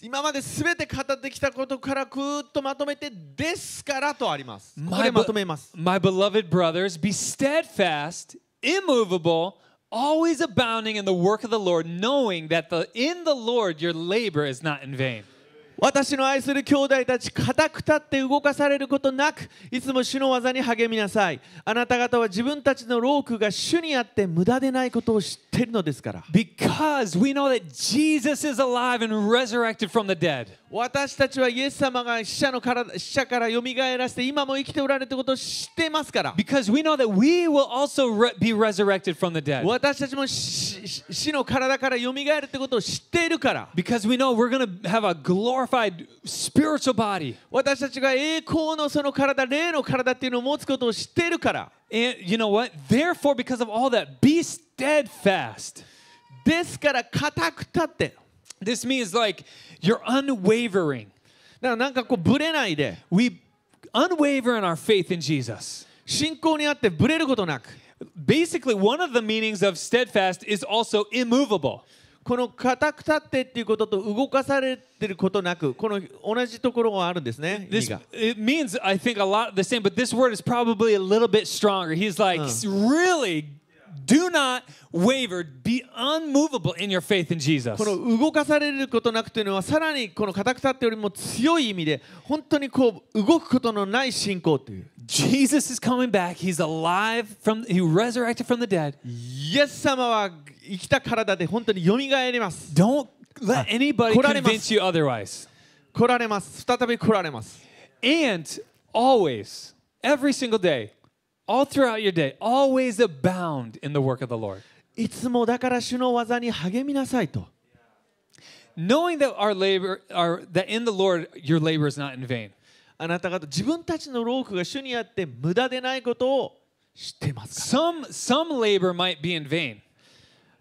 Speaker 2: 今まで全て語ってきたことからぐーっとまとめて「ですから」とあります。ここ
Speaker 1: my,
Speaker 2: で
Speaker 1: be-
Speaker 2: まとめます。
Speaker 1: my beloved brothers, be steadfast, immovable, always abounding in the work of the Lord, knowing that the, in the Lord your labor is not in vain.
Speaker 2: 私の愛する兄弟たち、固く立って動かされることなく、いつも主の技に励みなさい。あなた方は自分たちの労苦が主にあって無駄でないことを知っているのですから。
Speaker 1: Because we know that Jesus is alive and resurrected from the dead.
Speaker 2: 私たちはイエス様が死者の体死者からよみがえらせて今も生きておられるということを知っていますから。
Speaker 1: Because we know that we will also re- be resurrected from the dead.
Speaker 2: 私たちも死死死の体からよみがえるということを知っているから。
Speaker 1: Because we know we're going to have a glorified spiritual body.
Speaker 2: 私たちが栄光のその体、霊の体っていうのを持つことを知っているから。
Speaker 1: And you know what? Therefore, because of all that, be steadfast.
Speaker 2: ですから、固く立って。
Speaker 1: This means like you're unwavering.
Speaker 2: だからなんかこう、ぶれないで。
Speaker 1: We unwaver in our faith in Jesus.
Speaker 2: 信仰にあってぶれることなく
Speaker 1: Basically, one of the meanings of steadfast is also immovable.
Speaker 2: この固く立ってっていうことと動かされてることなくこの同じところがあるんですね意味
Speaker 1: This
Speaker 2: が
Speaker 1: it means I think a lot the same, but this word is probably a little bit stronger. He's like, really do not waver, be unmovable in your faith in Jesus.
Speaker 2: この動かされることなくというのはさらにこの固く立ってよりも強い意味で本当にこう動くことのない信仰という
Speaker 1: Jesus is coming back. He's alive from he resurrected from the dead.
Speaker 2: イエス様は生きた体で本当によみがえります
Speaker 1: Don't let anybody
Speaker 2: 来られます。
Speaker 1: convince you otherwise.
Speaker 2: 来られます再び来られます
Speaker 1: And always, every single day, all throughout your day, always abound in the work of the Lord.
Speaker 2: いつもだから主の技に励みなさいと
Speaker 1: Knowing that our labor our that in the Lord your labor is not in vain.
Speaker 2: あなた方自分たちの労苦が主にあって無駄でないことを知っていますか
Speaker 1: Some some labor might be in vain,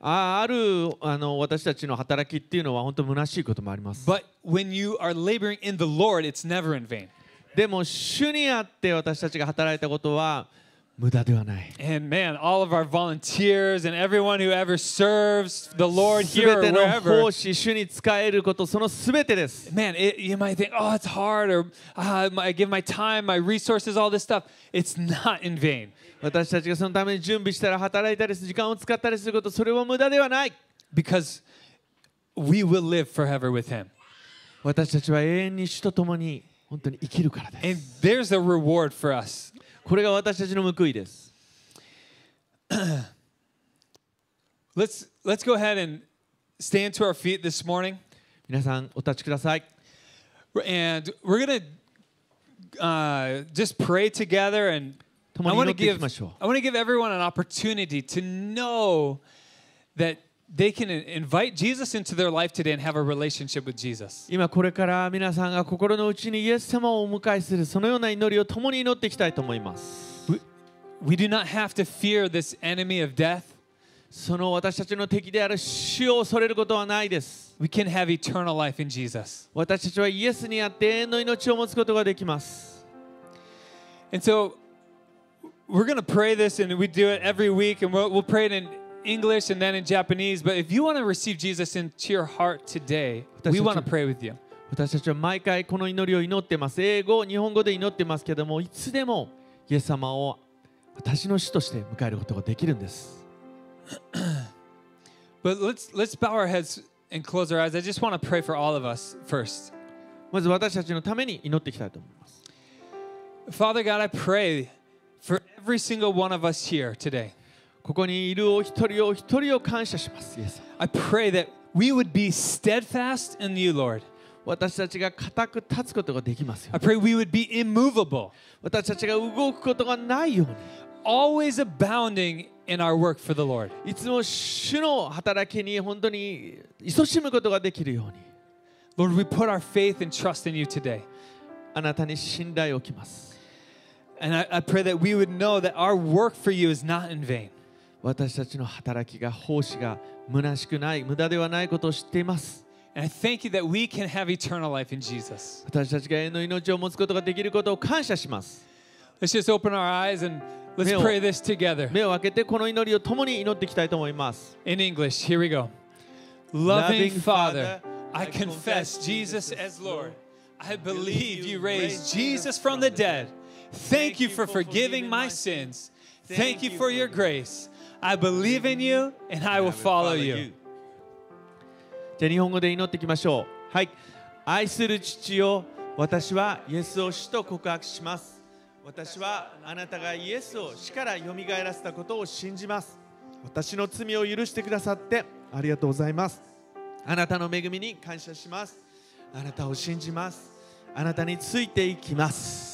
Speaker 2: あーあるあの私たちの働きっていうのは本当虚しいこともあります。
Speaker 1: but when you are laboring in the Lord, it's never in vain.
Speaker 2: でも主にあって私たちが働いたことは無駄ではない。
Speaker 1: And man, all of our volunteers and everyone who ever serves the Lord
Speaker 2: す
Speaker 1: here
Speaker 2: べ
Speaker 1: or
Speaker 2: ての
Speaker 1: wherever.
Speaker 2: 奉仕、主に仕えること、そのすべてです。
Speaker 1: Man, it, you might think, oh, it's hard, or ah, I give my time, my resources, all this stuff. It's not in vain.
Speaker 2: 私たちがそのために準備したら働いたりする時間を使ったりすること、それは無駄ではない。
Speaker 1: because we will live forever with him
Speaker 2: 私たちは永遠に主と共に本当に生きるからで
Speaker 1: and
Speaker 2: す。
Speaker 1: there's a reward for us
Speaker 2: これが私たちの報いです。
Speaker 1: let's let's go ahead and stand to our feet this morning
Speaker 2: 皆さんお立ちください。
Speaker 1: and we're gonna uh, just pray together and
Speaker 2: Come
Speaker 1: i
Speaker 2: on,
Speaker 1: want to
Speaker 2: you
Speaker 1: give
Speaker 2: know, give my-
Speaker 1: i want to give everyone an opportunity to know that they can in- invite jesus into their life today and have a relationship with jesus
Speaker 2: 今これから皆さんが心の内にイエス様をお迎えするそのような祈りを共に祈っていきたいと思います。
Speaker 1: we, we do not have to fear this enemy of death
Speaker 2: その私たちの敵である主を恐れることはないです。
Speaker 1: we can have eternal life in jesus
Speaker 2: 私たちはイエスにあって永遠の命を持つことができます。
Speaker 1: And so we're going to pray this, and we do it every week, and we'll, we'll pray it in English and then in Japanese. But if you want to receive Jesus into your heart today, we want to pray with you.
Speaker 2: 私たちは毎回この祈りを祈ってます。英語、日本語で祈ってますけども、いつでもイエス様を私の主として迎えることができるんです。
Speaker 1: But let's let's bow our heads and close our eyes, I just want to pray for all of us first.
Speaker 2: まず私たちのために祈っていきたいと思います
Speaker 1: Father God, I pray for every single one of us here today.
Speaker 2: ここにいるお一人お一人を感謝しますイエス様
Speaker 1: I pray that we would be steadfast in you, Lord.
Speaker 2: 私たちが固く立つことができますよ
Speaker 1: I pray we would be immovable,
Speaker 2: 私たちが動くことがないように
Speaker 1: always abounding in our work for the Lord.
Speaker 2: いつも主の働きに本当に勤しむことができるように
Speaker 1: Lord, we put our faith and trust in you today.
Speaker 2: あなたに信頼を置きます
Speaker 1: And I, I pray that we would know that our work for you is not in vain.
Speaker 2: 私たちの働きが奉仕が虚しくない無駄ではないことを知っています
Speaker 1: And I thank you that we can have eternal life in Jesus.
Speaker 2: 私たちが永遠の命を持つことができることを感謝します
Speaker 1: Let's just open our eyes and let's
Speaker 2: Meo.
Speaker 1: pray this together
Speaker 2: 目を開けてこの祈りを共に祈っていきたいと思います
Speaker 1: in English. Here we go. Loving Father, I confess Jesus as Lord. I believe you raised Jesus from the dead. Thank you for forgiving my sins. Thank you for your grace. I believe in you and I will follow you.
Speaker 2: じゃあ日本語で祈っていきましょうはい愛する父よ私はイエスを主と告白します私はあなたがイエスを死からよみがえらせたことを信じます私の罪を許してくださってありがとうございますあなたの恵みに感謝しますあなたを信じますあなたについていきます